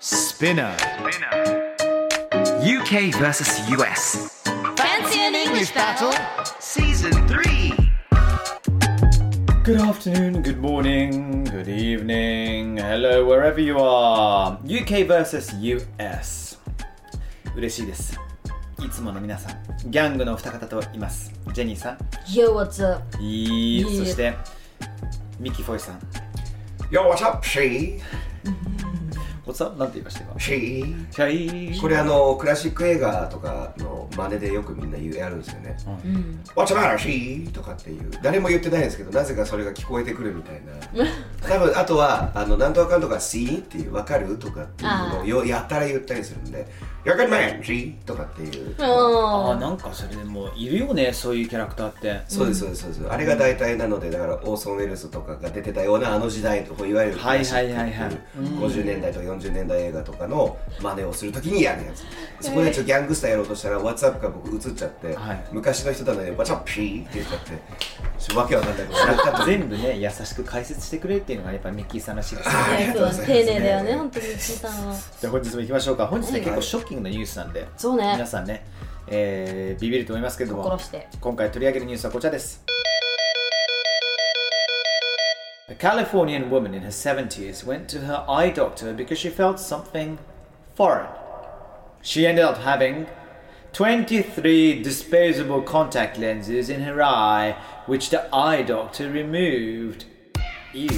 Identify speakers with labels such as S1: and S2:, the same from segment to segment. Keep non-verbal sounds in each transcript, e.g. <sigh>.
S1: Spinner.
S2: UK versus US.
S3: Fancy an English battle?
S2: Season 3.
S1: Good afternoon, good morning, good evening, hello, wherever you are. UK versus US. 嬉しいです。いつもの皆さん、ギャングのお二方といます。ジェニーさ
S3: Yo, what's up?
S1: ん、いい、
S3: いい
S1: そしてミキ・フォイさん。
S4: Yo, what's up, she?
S1: What's up? なんて言いましたか
S4: She?
S1: シャイ
S4: これあのクラシック映画とかの真似でよくみんな言うやるんですよね。What's the matter, she? とかっていう誰も言ってないんですけどなぜかそれが聞こえてくるみたいな。多分あとはあのなんとかかんとか see っていうわかるとかっていうのをよやったら言ったりするんで You're a good man, she? とかっていう。
S1: あ
S3: Oh.
S1: ーなんかそれでもういるよね、そういうキャラクターって。
S4: そうですそうですそうです、あれが大体なのでだからオーソン・ウェルスとかが出てたようなあの時代といわゆる
S1: はいはいはいはい
S4: 50年代とか40年代映画とかの真似をするときにやるやつそこでちょっとギャングスターやろうとしたら「WhatsApp」が僕映っちゃって、
S1: はい
S4: 昔の人なので「WhatsApp」ピーって言っちゃってちょっとわけわかんない
S1: <laughs>
S4: ことになったと
S1: 全部ね、優しく解説してくれるっていうのがやっぱミッキーさんらしいですね。
S4: ありがとうございます
S3: 丁寧だよね、本当に、ちいさんは。
S1: じゃあ本日も行きましょうか本日ね結構ショッキングなニュースなんで
S3: そうね
S1: 皆さんね、えービビると思いますけれども
S3: 心して
S1: 今回取り上げるニュースはこちらです A Californian woman in her 70s went to her eye doctor because she felt something foreign. She ended up having 23 disposable contact lenses in her eye, which the eye doctor removed. Ew.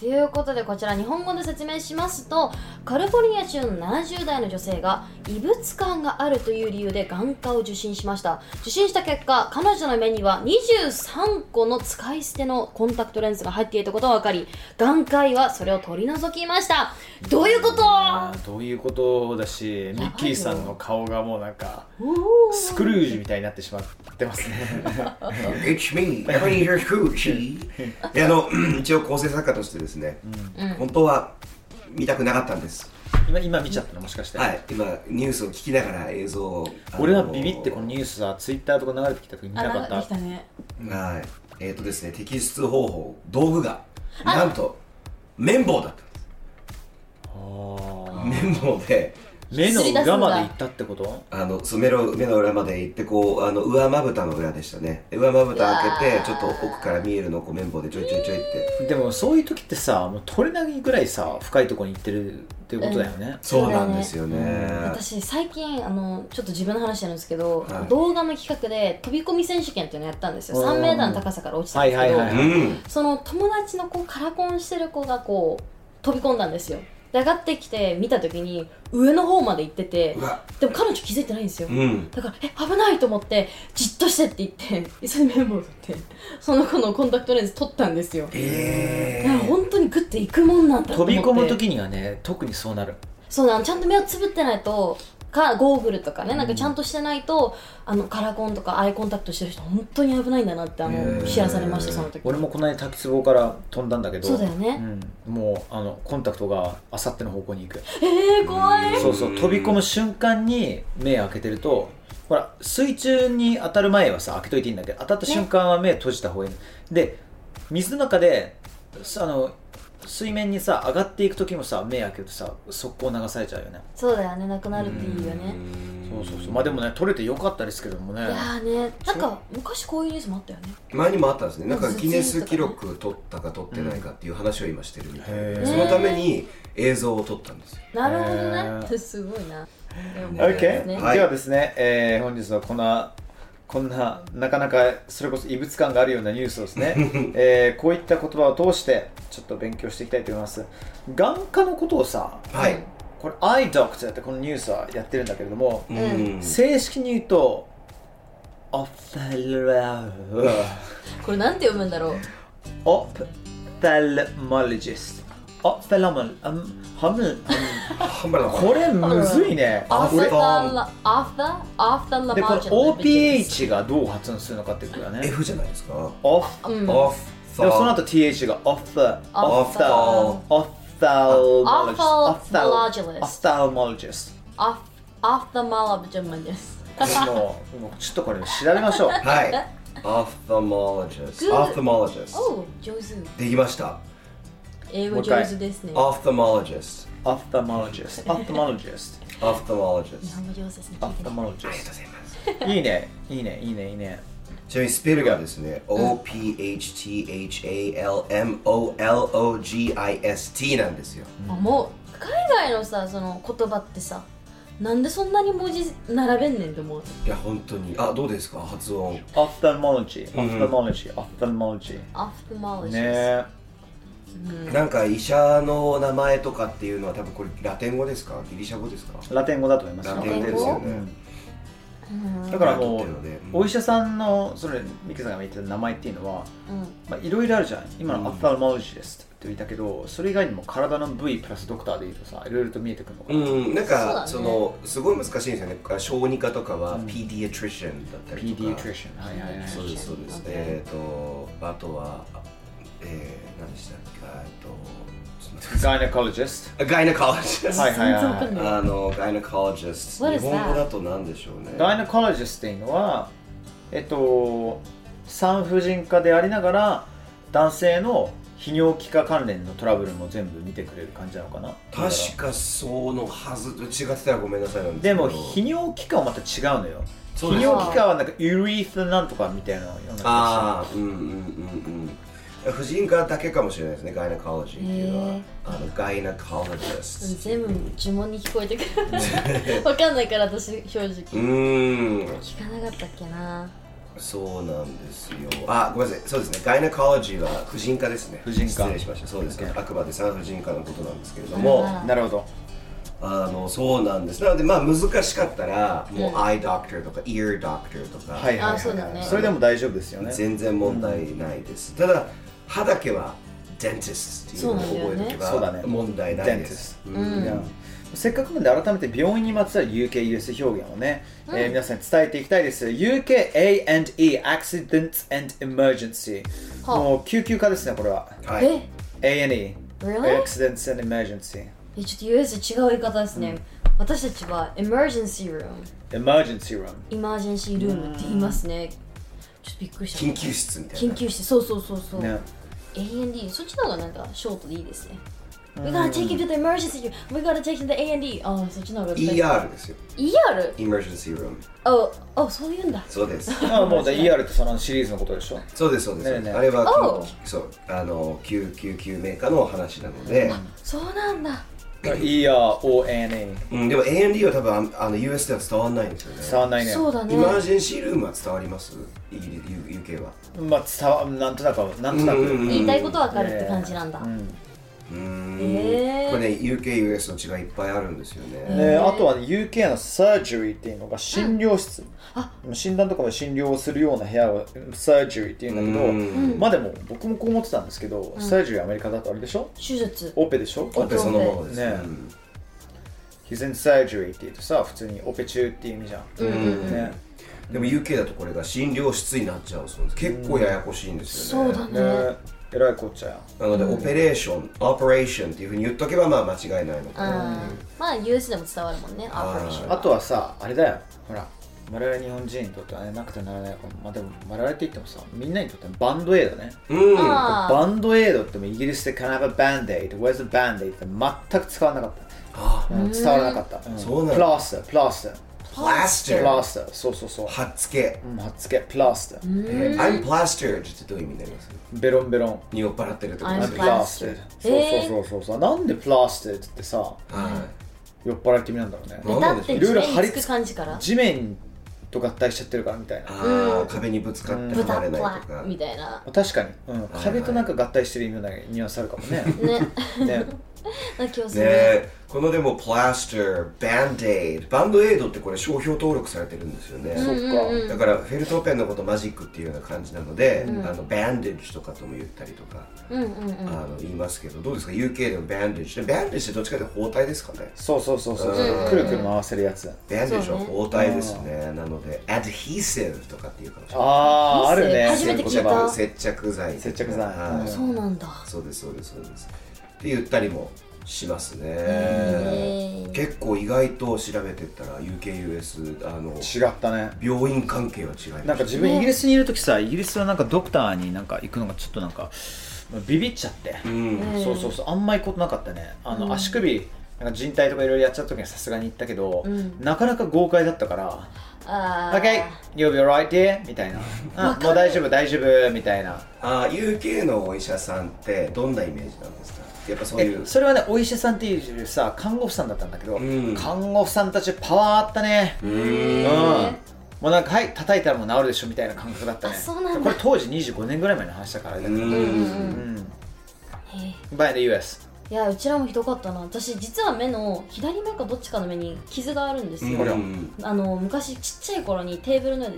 S3: ということでこちら日本語で説明しますとカリフォルニア州の70代の女性が異物感があるという理由で眼科を受診しました受診した結果彼女の目には23個の使い捨てのコンタクトレンズが入っていたことが分かり眼科医はそれを取り除きましたどういうこと
S1: あーどういうことだしミッキーさんの顔がもうなんかスクルージュみたいになってしまってますね
S4: It's me, Ebenezer Scrooge であ
S1: <laughs>
S4: のうん一応構成作家としてですね、本当は見たくなかったんです
S1: 今今見ちゃったのもしかして、
S4: はい、今ニュースを聞きながら映像を、あの
S1: 俺はビビってこのニュースはツイッターとか流れてきた時見なかった
S3: ね
S4: はいえっ、とですね摘出方法道具がなんと綿棒だったんです綿棒で
S1: 目の裏まで行ったってこと
S4: あのそう目の目の裏まで行ってこうあの上まぶたの裏でしたねで上まぶた開けてちょっと奥から見えるのをこう綿棒でちょいちょいちょいって、
S1: でもそういう時ってさもう取れないぐらいさ深いとこに行ってるっていうことだよね、
S4: そうなんですよね、
S3: 私最近あのちょっと自分の話なんですけど、
S4: はい
S3: 動画の企画で飛び込み選手権っていうのやったんですよ
S1: おー
S3: 3メーターの高さから落ちたんですけど、
S1: はいはいはいうは
S4: ん
S3: その友達のこうカラコンしてる子がこう飛び込んだんですよで上がってきて見た時に上の方まで行ってて
S4: うわ
S3: でも彼女気づいてないんですよ、
S4: うん
S3: だから「え危ない!」と思ってじっとしてって言って急いでメモを取ってその子のコンタクトレンズ取ったんですよだ
S4: え
S3: から本当にグッて行くもんなんだと思
S1: 飛
S3: って
S1: び込む時にはね特にそうなる
S3: そうなのちゃんと目をつぶってないとかゴーグルとかねなんかちゃんとしてないと、あのカラコンとかアイコンタクトしてる人本当に危ないんだなってあの知らされましたその時
S1: 俺もこの間滝壺から飛んだんだけど
S3: そうだよね
S1: うん、もうあのコンタクトがあさっての方向に行く
S3: えー、怖い
S1: そうそう飛び込む瞬間に目開けてるとほら水中に当たる前はさ開けといていいんだけど当たった瞬間は目閉じた方がいい、で水の中でさあの水面にさ上がっていく時もさ目開けるとさ速攻流されちゃうよね、
S3: そうだよねなくなるっていいよね
S1: そうそうそうまあでもね取れてよかったですけどもね
S3: いやーねなんか昔こういうニュースもあったよね
S4: 前にもあったんですねなんかギネス記録取ったか取ってないかっていう話を今してるみたい
S1: へ
S4: で、
S1: ー
S4: そのために映像を撮ったんですよ
S3: なるほど
S1: へ
S3: ね <laughs> すごいな
S1: OK、
S3: ね
S1: ではですね、えー本日はこんなこんななかなかそれこそ異物感があるようなニュースをで
S4: <laughs>
S1: すね、えーこういった言葉を通してちょっと勉強していきたいと思います眼科のことをさ
S4: はい、
S1: これ Eye Doctor ってこのニュースはやってるんだけれども、
S4: うんん、
S1: 正式に言うとオフェル
S3: これなんて読むんだろう
S1: オプタルモロジストアッフェラムルアムハムル
S4: ハンバラ
S1: アムこれむずいね
S3: アフ
S4: これ
S3: タラアフタアフタラバ
S1: でこの
S3: ージョン
S1: OPH がどう発音するのかってことだね
S4: F じゃないですか
S1: オフ
S3: うん
S4: オフ
S1: でもその後 TH がオフオフタオフタオオフタルモロジス
S3: アフアフタマラブジョンマンです
S1: これもうもうちょっとこれ調べま
S4: <laughs>
S1: しょう
S4: はい Ophthalmologist
S3: Good
S4: Ophthalmologist
S3: おう上手
S4: できました
S3: 英
S1: も
S3: 語
S1: う一回
S3: 上手ですね
S4: Ophthalmologist
S1: オフタモロジスオフタモロジス
S4: Ophthalmologist
S3: 日本語上手ですね
S1: オ
S3: 聞
S1: フ
S3: いて
S1: タ
S3: ね
S1: モロジスいいねいいねいいねいいね
S4: ちなみにスペルがですね OPHTHALMOLOGIST なんですよ
S3: あもう海外のさその言葉ってさなんでそんなに文字並べんねんって思う
S4: いや本当にあどうですか発音
S1: オフタモロジー
S4: う
S1: オ
S4: ん
S1: フタモロジーオフタモロジ
S3: アフタマラ
S1: ー
S3: ブジョンです
S1: ね
S4: なんか医者の名前とかっていうのは多分これラテン語ですかギリシャ語ですか
S1: ラテン語だと思います
S4: ラ
S1: よ
S4: テン語ですよね
S3: うん
S1: だからも
S4: ラテンっていう
S1: う
S4: の
S1: お
S4: ね
S1: 医者さんのそれミケさんが言ってた名前っていうのは
S3: うん
S1: まあいろいろあるじゃん今のアフタルモロジストって言ったけどそれ以外にも体の部位プラスドクターで言うとさいろいろと見えてくるの
S4: う、
S1: かなん
S4: うんなんかそ,、
S3: そうだね
S4: のすごい難しいんですよね小児科とかは pediatrician だったりとか、
S1: Pediatrician はいはいはい
S4: そうですそうです、
S3: Okay.
S4: えっ、とあとはえー、何でしたっけえっとちょっと待って
S1: ガイナコロジス
S4: ガイナコロジス
S1: トはいはい
S3: 全然わか
S1: は
S3: ん
S1: い
S3: ない
S4: あのガイナコロジスト
S3: What
S4: 日
S3: is that?
S4: 本語だと何でしょうね
S1: ガイナコロジストっていうのはえっと産婦人科でありながら男性の泌尿器科関連のトラブルも全部見てくれる感じなのかな
S4: 確かそのはず違ってたらごめんなさいなんです
S1: で
S4: けど
S1: も泌尿器科はまた違うのよ
S4: そう
S1: 泌
S4: です
S1: 尿器科はなんかユリースなんとかみたいなような気がする
S4: ああうんうんうんうん婦人科だけかもしれないですねガイナコロジーっていうのは、
S3: へー
S4: あのガイナコロジスト
S3: 全部呪文に聞こえてくるわかんないから私正
S4: う
S3: 直
S4: ーん
S3: 聞かなかったっけな
S4: そうなんですよ。あ、ごめんなさい。そうですね。ガイナカロジーは婦人科ですね。
S1: 婦人科
S4: 失礼しました。そうですね。あくまで産婦人科のことなんですけれど
S3: う
S4: も、
S3: ん
S1: なるほど
S4: あのそうなんです。なのでまあ難しかったら、も
S3: う
S4: うん eye doctor とか ear doctor とか、
S1: はいはい
S3: あそうだね
S1: それでも大丈夫ですよね
S4: 全然問題ないです。ただ歯だけは dentist っていうのを覚えておけ
S1: そうなんだよねそう
S4: ば
S1: だね
S4: 問題ないです。
S1: Dentist
S4: うん
S1: いやせっかくなんで改めて病院にまつわる UKUS 表現をね、えー皆さんに伝えていきたいです UKA&E Accidents and Emergency
S3: はあ
S1: もう救急科ですねこれは
S4: はい。
S3: え
S1: A&E
S3: Really?
S1: Accidents and Emergency
S3: えちょっと US 違う言い方ですね私たちは Emergency Room
S1: Emergency Room
S3: イマージェンシールームって言いますねちょっとびっくりした
S4: 緊急室みたいな
S3: 緊。急室そうそうそうそう、
S1: ね
S3: A&D そっちの方がなんかショートでいいですね We gotta take him to the emergency room We gotta take him to the A&D ああそっちの方が
S4: ER ですよ。
S3: ER?
S4: emergency room。
S3: ああそういうんだ
S4: そうです。
S1: あもうだ ER ってそのシリーズのことでしょ
S4: そうですそうです、
S1: ねえねえ
S4: あれは
S3: Oh.
S4: きそうあの救急救命科の話なので、
S3: そうなんだ
S1: ERONE
S4: うん、でも A&D は多分あのあの US では伝わらないんですよね
S1: 伝わんないね
S3: そうだ
S4: イ
S3: ね
S4: マージェンシールームは伝わりますイギリ U- UK は
S1: まあ伝わなんとなくなんとなく、
S4: うんうんうん
S3: 言いたいことわかるって感じなんだ、
S4: うーん、
S3: えー
S4: これね UKUS の違いいっぱいあるんですよね、
S1: であとは、ね、UK の surgery っていうのが診療室、
S3: あ
S1: 診断とかも診療をするような部屋を surgery っていうんだけど、
S4: うん
S1: まあでも僕もこう思ってたんですけど、surgery アメリカだとあれでしょ
S3: 手術
S1: オペでしょ
S4: オペそのものです
S1: ね
S4: うん、
S1: He's in surgery って言うとさ普通にオペ中っていう意味じゃん、ね
S4: でも UK だとこれが診療室になっちゃうそうです結構ややこしいんですよ
S3: そ
S4: ね、
S3: うだね
S1: ねえらいこっちゃや
S4: なので、オペレーションオペレーションっていうふうに言っとけばまあ間違いないのかな
S3: あーまあ US でも伝わるもんねアプリション
S1: あとはさあれだよほら我々日本人にとってはねなくてはならないまあでも我々って言ってもさみんなにとってはバンドエイドね
S4: うん
S3: あー
S1: バンドエイドってもイギリスで Can I have a band-aid? Where's the band-aid? って全く使わなかった
S4: あ
S1: うん伝わらなかった。
S4: そうなんだ
S1: プラスター、プラスター、
S4: プラスタ
S1: プ
S4: ー
S1: ラスター、そうそうそう。
S4: 貼っつけ
S1: うん、はっつけ、プラスター。
S4: えー I'm plastered ってどういう意味になります
S1: ベロンベロン。
S4: に酔っ払ってるってことで
S3: I'm
S4: すよね。
S3: plastered
S1: ラスター。
S3: えー
S1: そうそうそうそう。なんでプラスターってさ、
S4: は
S1: 酔っ払いって意味なんだろうね。
S3: だって
S1: いろ
S3: 地
S1: いろ
S3: 面
S1: 貼
S3: に
S1: り
S3: つ
S1: 付
S3: く感じから
S1: 地面と合体しちゃってるからみたいな。
S4: ああ、壁にぶつかって
S3: 豚
S4: 離れ
S3: プ
S4: ない
S3: ラ
S4: とか。
S3: みたいな
S1: 確かに、うん、壁となんか合体してる意味のないニュアンスあるかもね。
S3: ね
S1: ね、
S3: 泣きをす
S4: ね
S3: る、
S4: えこのでもプラスターバンデードバンドエイドってこれ商標登録されてるんですよね、だからフェルトペンのことマジックっていうような感じなので、あのバンデージとかとも言ったりとか、あの言いますけどどうですか UK でもバンデージでバンデージってどっちかというと包帯ですかね
S1: そうそうそうそうくるくる回せるやつ
S4: バンデージは包帯ですねなのでアドヒーセルとかっていうかもしれない
S1: あああるね
S3: 初めて聞い
S4: 言葉
S3: た
S4: の接着剤
S1: 接着剤
S4: はい
S3: そうなんだ
S4: そうですそうですそうですって言ったりもしますね、結構意外と調べてったら UKUS あの
S1: 違ったね
S4: 病院関係は違います
S1: なんか自分イギリスにいる時さイギリスのなんかドクターになんか行くのがちょっとなんかビビっちゃって、そうそうそうあんま行くことなかったねあの、足首なんか人体とかいろいろやっちゃった時にはさすがに行ったけど、なかなか豪快だったから
S3: あ
S1: OK you'll be alright dear みたいなあもう大丈夫大丈夫みたいな
S4: あ UK のお医者さんってどんなイメージなんですかやっぱそうい
S1: え
S4: う
S1: それはねお医者さんっていうさ看護婦さんだったんだけど、
S4: うん
S1: 看護婦さんたちパワーあったねうんもうなんかはい叩いたらもう治るでしょみたいな感覚だったね
S3: あそうなんだ
S1: これ当時25年ぐらい前の話だからね、
S4: う
S3: うん
S4: ん
S3: うんうん
S1: うん
S3: へえ
S1: by the US
S3: いやうちらもひどかったな私実は目の左目かどっちかの目に傷があるんですよ、
S1: これは
S4: うん
S3: あの昔ちっちゃい頃にテーブルの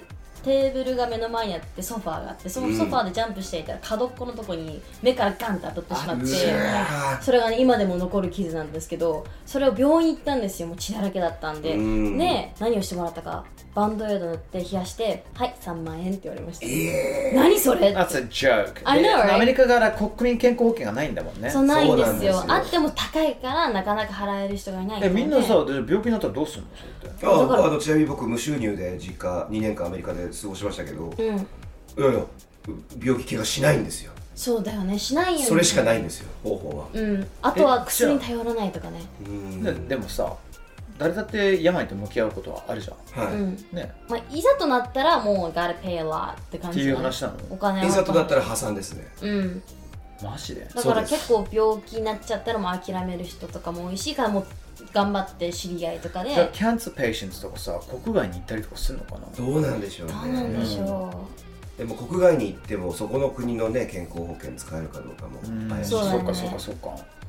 S3: テーブルが目の前にあってソファーがあってそのソファーでジャンプしていたら角っこのとこに目からガンって当たってしまって
S4: あうわ
S3: それがね今でも残る傷なんですけどそれを病院行ったんですよもう血だらけだったんで
S4: うん
S3: で何をしてもらったかバンドエイド塗って冷やして「はい3万円」って言われました
S4: え
S3: 何それ
S1: That's a joke
S3: I know,
S1: で
S3: right?
S1: アメリカから国民健康保険がないんだもんね
S3: そうないんで
S4: そうなん
S3: す
S4: で
S3: よ
S4: すよ
S3: あっても高いからなかなか払える人がいない
S1: えみんな
S3: そ
S1: さで病気になったらどうすんのそれって
S4: ーああのちなみに僕無収入で実家2年間アメリカで過ごしましたけど、い
S3: うん
S4: やいや病気怪我しないんですよ
S3: そうだよねしないよね
S4: それしかないんですよ方法は、
S3: うんあ
S1: え
S3: とは
S1: じゃあ
S3: 薬に頼らないとかね
S4: うん
S1: ででもさ誰だって病と向き合うことはあるじゃん
S4: はい、
S3: うん
S1: ね
S3: まあ、いざとなったらもう gotta pay a lot って感じ
S1: っていう話なの
S3: お金は
S4: インサートだったら破産ですね
S3: うん
S1: マジで
S3: だから
S4: そうです
S3: 結構病気になっちゃったらもう諦める人とかも多いしからもう頑張って知り合いとかで
S1: じゃあキャンセルペイシェントとかさ国外に行ったりとかするのかな
S4: どうなんでしょうね
S3: どうなんでしょ
S4: でも国外に行ってもそこの国のね健康保険使えるかどうかも怪しい
S3: そうだね
S1: かそうかそうか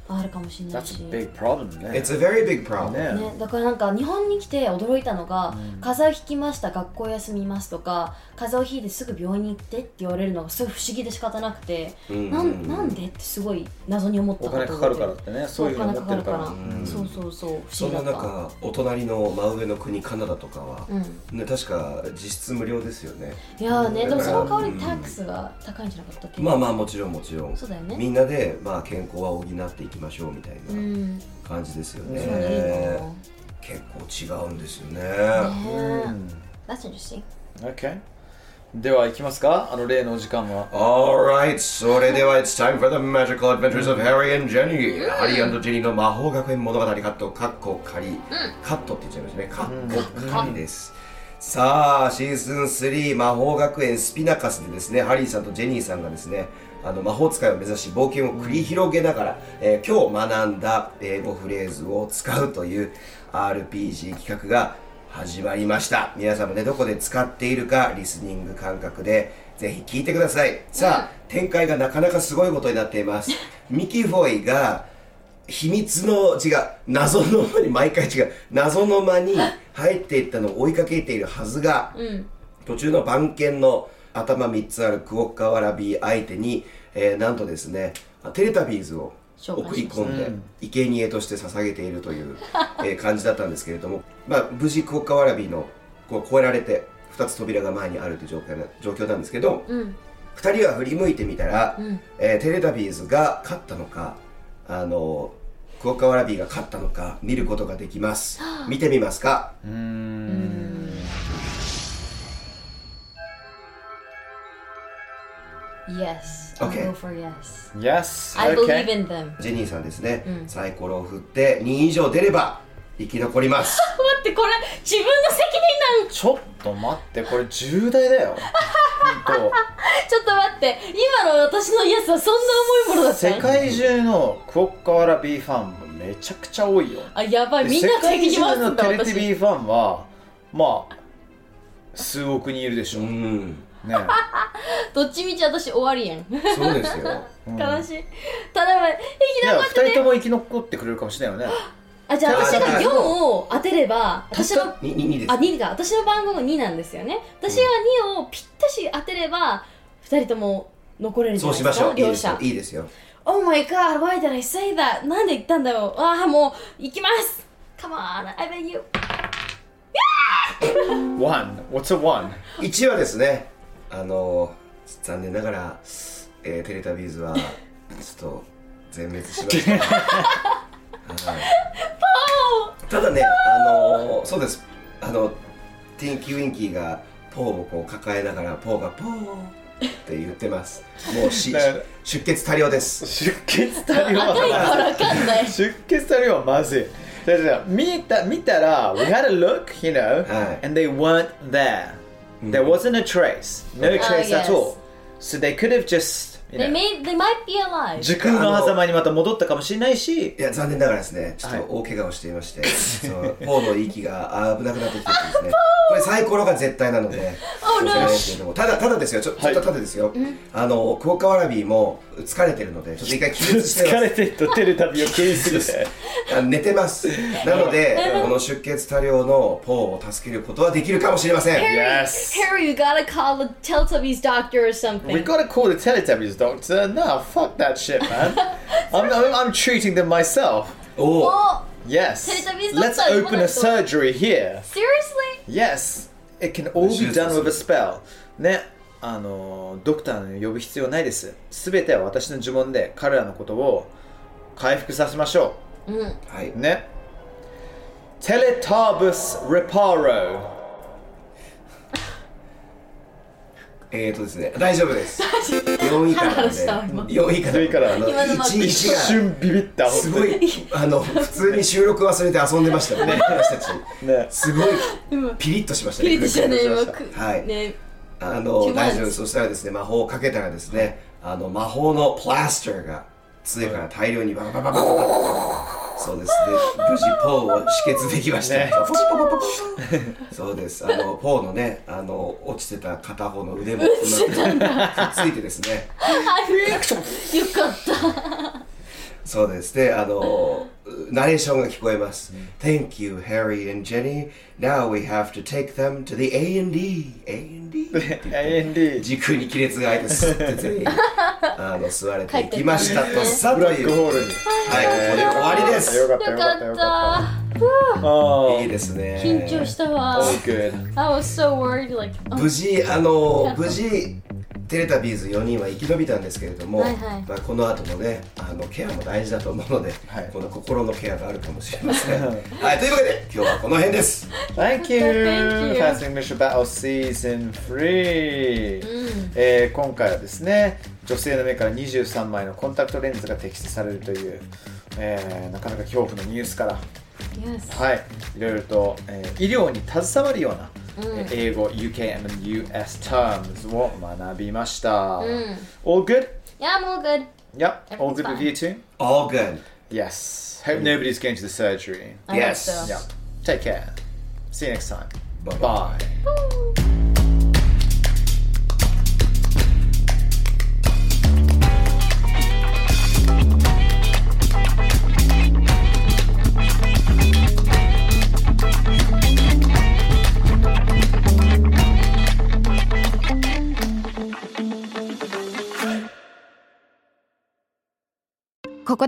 S3: う、あるかもしれない
S1: That's
S3: し
S1: a big problem ね
S4: It's a very big problem、
S1: ね
S3: ね、だからなんか日本に来て驚いたのが、風邪をひきました学校休みますとか風邪をひいてすぐ病院に行ってって言われるのがすごい不思議で仕方なくて、
S4: うん
S3: なんなんでってすごい謎に思った
S1: お金かかるからってねそういうの
S3: お
S1: 持
S3: 金
S1: って
S3: か
S1: る
S3: か
S1: か
S3: るからら、そうそうそう不
S4: そ
S3: 思
S4: ん
S3: 議だ
S4: な
S3: った
S4: 中お隣の真上の国カナダとかは、
S3: うん
S4: ね、確か実質無料ですよね
S3: いやーね、
S4: うん
S3: でもその代わりにタックスが高いんじゃなかったっけ、
S4: まあまあもちろんもちろん
S3: そうだよね
S4: みんなで、まあ、健康は補っていきましょうみたい
S3: うん、
S4: な感じですよね、
S3: そうだねいいな
S4: 結構違うんですよね
S3: ねえ That's interesting
S1: OK では行きますかあの例のお時間は
S4: Alright それでは It's time for the magical adventures of Harry and Jenny、ハリージェニーの魔法学園物語カットカッコ仮、カットって言っちゃいましたねカッコ仮です、さあシーズン3魔法学園スピナカスでですねハリーさんとジェニーさんがですねあの魔法使いを目指し冒険を繰り広げながら、えー今日学んだ英語フレーズを使うという RPG 企画が始まりました皆さんもねどこで使っているかリスニング感覚でぜひ聞いてくださいさあ、展開がなかなかすごいことになってい
S3: <laughs>
S4: ますミキフォイが秘密の違う謎の間に毎回違う謎の間に入っていったのを追いかけているはずが、途中の番犬の頭3つあるクオッカワラビー相手に、えーなんとですねテレタビーズを
S3: 紹
S4: 送
S3: 介し
S4: り
S3: ました
S4: 込んで生贄として捧げているという、えー感じだったんですけれども、まあ、無事クオッカワラビーのこう越えられて2つ扉が前にあるという状況な状況なんですけど、
S3: うん
S4: 2人は振り向いてみたら、
S3: ん
S4: えーテレタビーズが勝ったのかあのクオッカワラビーが勝ったのか見ることができます見てみますか
S1: うん
S3: Yes
S4: Okay.
S3: I'll go for yes
S1: Yes
S3: I believe
S1: OK
S3: in them
S4: ジェニーさんですね、
S3: うん
S4: サイコロを振って2以上出れば生き残ります
S3: 待ってこれ自分の責任なん
S1: ちょっと待ってこれ重大だ
S3: <laughs>
S1: よ本
S3: ちょっと待って今の私のイエスはそんな重いものだ
S1: 当
S3: った
S1: 世界中のクオッカワラビーファンもめちゃくちゃ多いよ
S3: あやばい
S1: で
S3: みんな
S1: 世界
S3: 責任
S1: 中
S3: 回す
S1: の
S3: んだ
S1: テレ
S3: 私
S1: ビファンはまあ数億人いるでしょ
S4: う
S1: ね
S4: ん
S3: どっちみち私終わりやん
S4: そうですよ
S3: 悲しい頼む
S1: いや二人とも生き残ってくれるかもしれない
S3: <gasps>
S1: よね
S3: あじゃあ私
S4: あ
S3: が
S4: だから
S3: 4を当てれば私の
S4: にににです
S3: あ2か私の番号が2なんですよね私が2をぴったし当てれば2人とも残れるじゃ
S4: そ
S3: な
S4: うしま
S3: いで
S4: すしょ
S3: か
S4: ういいで
S3: 両
S4: すよ
S3: 者
S4: いいですよ
S3: Oh my god why did I say that なんで言ったんだよああもう行きます Come on I beg you
S1: One What's a one?
S4: 1はですねあの残念ながら、えーテレタビーズはちょっと全滅しました、はい、ただねあのそうですあのティンキーウィンキーがポーをこう抱えながらポーがポーって言ってますもうし
S1: だから
S4: 出血多量です
S1: 出血多量
S3: 赤いからかんない
S1: 出血多量はまずいだからさ見た見たら We had a look, you know、
S4: はい
S1: and they weren't there、There wasn't a trace No trace
S3: Ah,
S1: at
S3: yes.
S1: all So they could have just you
S3: They,
S1: know,
S3: may, they might be alive
S1: 時空の狭間にまた戻ったかもしれない
S4: い
S1: し
S4: や残念ながらですねちょっ
S1: はい
S4: と大怪我をしていまして、そのポーの息があー危なくなってきてるんですねこれサイコロが絶対なので
S3: Oh, no.
S4: 申し訳ないですけれどもただただですよちょちょっとただですよ、あのクオカワラビーも疲れてるのでちょっと一回気絶して
S1: <laughs> 疲
S4: ま
S1: れ
S4: す
S1: てるとテレタビを気にする
S4: あ寝てますなのでこの出血多量のポーを助けることはできるかもしれません
S1: <laughs> Yes
S3: Harry you gotta call the Teletubbies doctor or something
S1: We gotta call the Teletubbies doctor Nah, fuck that shit
S3: <laughs>
S1: man I'm, I'm, I'm treating them myself
S4: おお
S3: Oh
S1: Yes
S3: Teletubbies
S1: Let's open a
S3: doctor, 今度
S1: surgery here
S3: seriously?
S1: Yes, it can all be
S4: 手術
S1: done with a spell. ね、あのドクターの呼ぶ必要ないです。すべては私の呪文で彼らのことを回復させましょ。
S4: はいう
S1: ね。テレターブス・レパーロ
S4: えーとですね大丈夫です4位からなんで
S3: ハラハラした今
S4: 4位から
S1: 4位から
S4: あの
S3: 今のまま
S4: 1
S1: ー。
S4: 位
S1: 一
S4: 1が
S1: 瞬ビビった、
S4: す
S1: 本当
S4: ご
S1: に。
S4: いあの普通に収録忘れて遊んでましたよね私たち
S1: ね
S4: すごいピリッとしましたね
S3: ピリッとしたね
S1: びっくりし
S3: 今
S1: ました
S3: く
S4: はい
S3: ね
S4: あの
S3: 気ま
S4: 大
S3: ず
S4: 丈夫そしたらですね魔法をかけたらですねあの魔法のプラスターが杖から大量にババババババそうですね無事ポーを止血できました、
S1: ね
S4: そうですあのポーのねあの落ちてた片方の腕もうまくついてですね
S3: <laughs> よかった
S4: そうですね、あの、ナレーションが聞こえます。Thank you, Harry and Jenny. Now we have to take them to the A&D. A&D?
S1: <laughs> AND。
S4: 時空に亀裂が開いて、すって全
S1: <laughs>
S4: 員、あの、座れていきましたとさ
S1: ブ
S4: と
S1: ラッ
S4: い
S1: ク
S4: う。
S1: ホール
S4: はい、
S1: に。
S4: ここで終わりで
S1: よ
S4: す。
S1: かったよ
S3: よ
S1: か
S3: か
S1: っ
S3: ったた
S1: よかっ
S3: ふ
S1: た。あ
S4: いいですね。
S3: う緊張したわ
S1: あ。good.
S3: I was so worried like oh, あ
S4: 無事、あの、無事、テレタビーズ4人は生き延びたんですけれども、
S3: はいはい
S4: まあ、この後もねあのケアも大事だと思うので、
S1: はい
S4: この心のケアがあるかもしれま
S1: <laughs>
S4: せん。はい、というわけで今日はこの辺です。
S1: Thank you!
S3: Thank you.
S1: Fast English Battle Season 3、えー今回はですね、女性の目から23枚のコンタクトレンズが適出されるという、えーなかなか恐怖のニュースから、
S3: Yes
S1: はい、いろいろと、えー医療に携わるような、えー英語、UK and US terms を学びました。All good?
S3: Yeah I'm all good
S1: Yep, all
S3: Everything's
S1: good with
S3: fine.
S1: you too?
S4: All good.
S1: Yes. Hope nobody's going to the surgery.
S3: I hope so.
S1: Yeah. Take care. See you next time.
S4: Bye-bye.
S1: Bye.
S5: ここ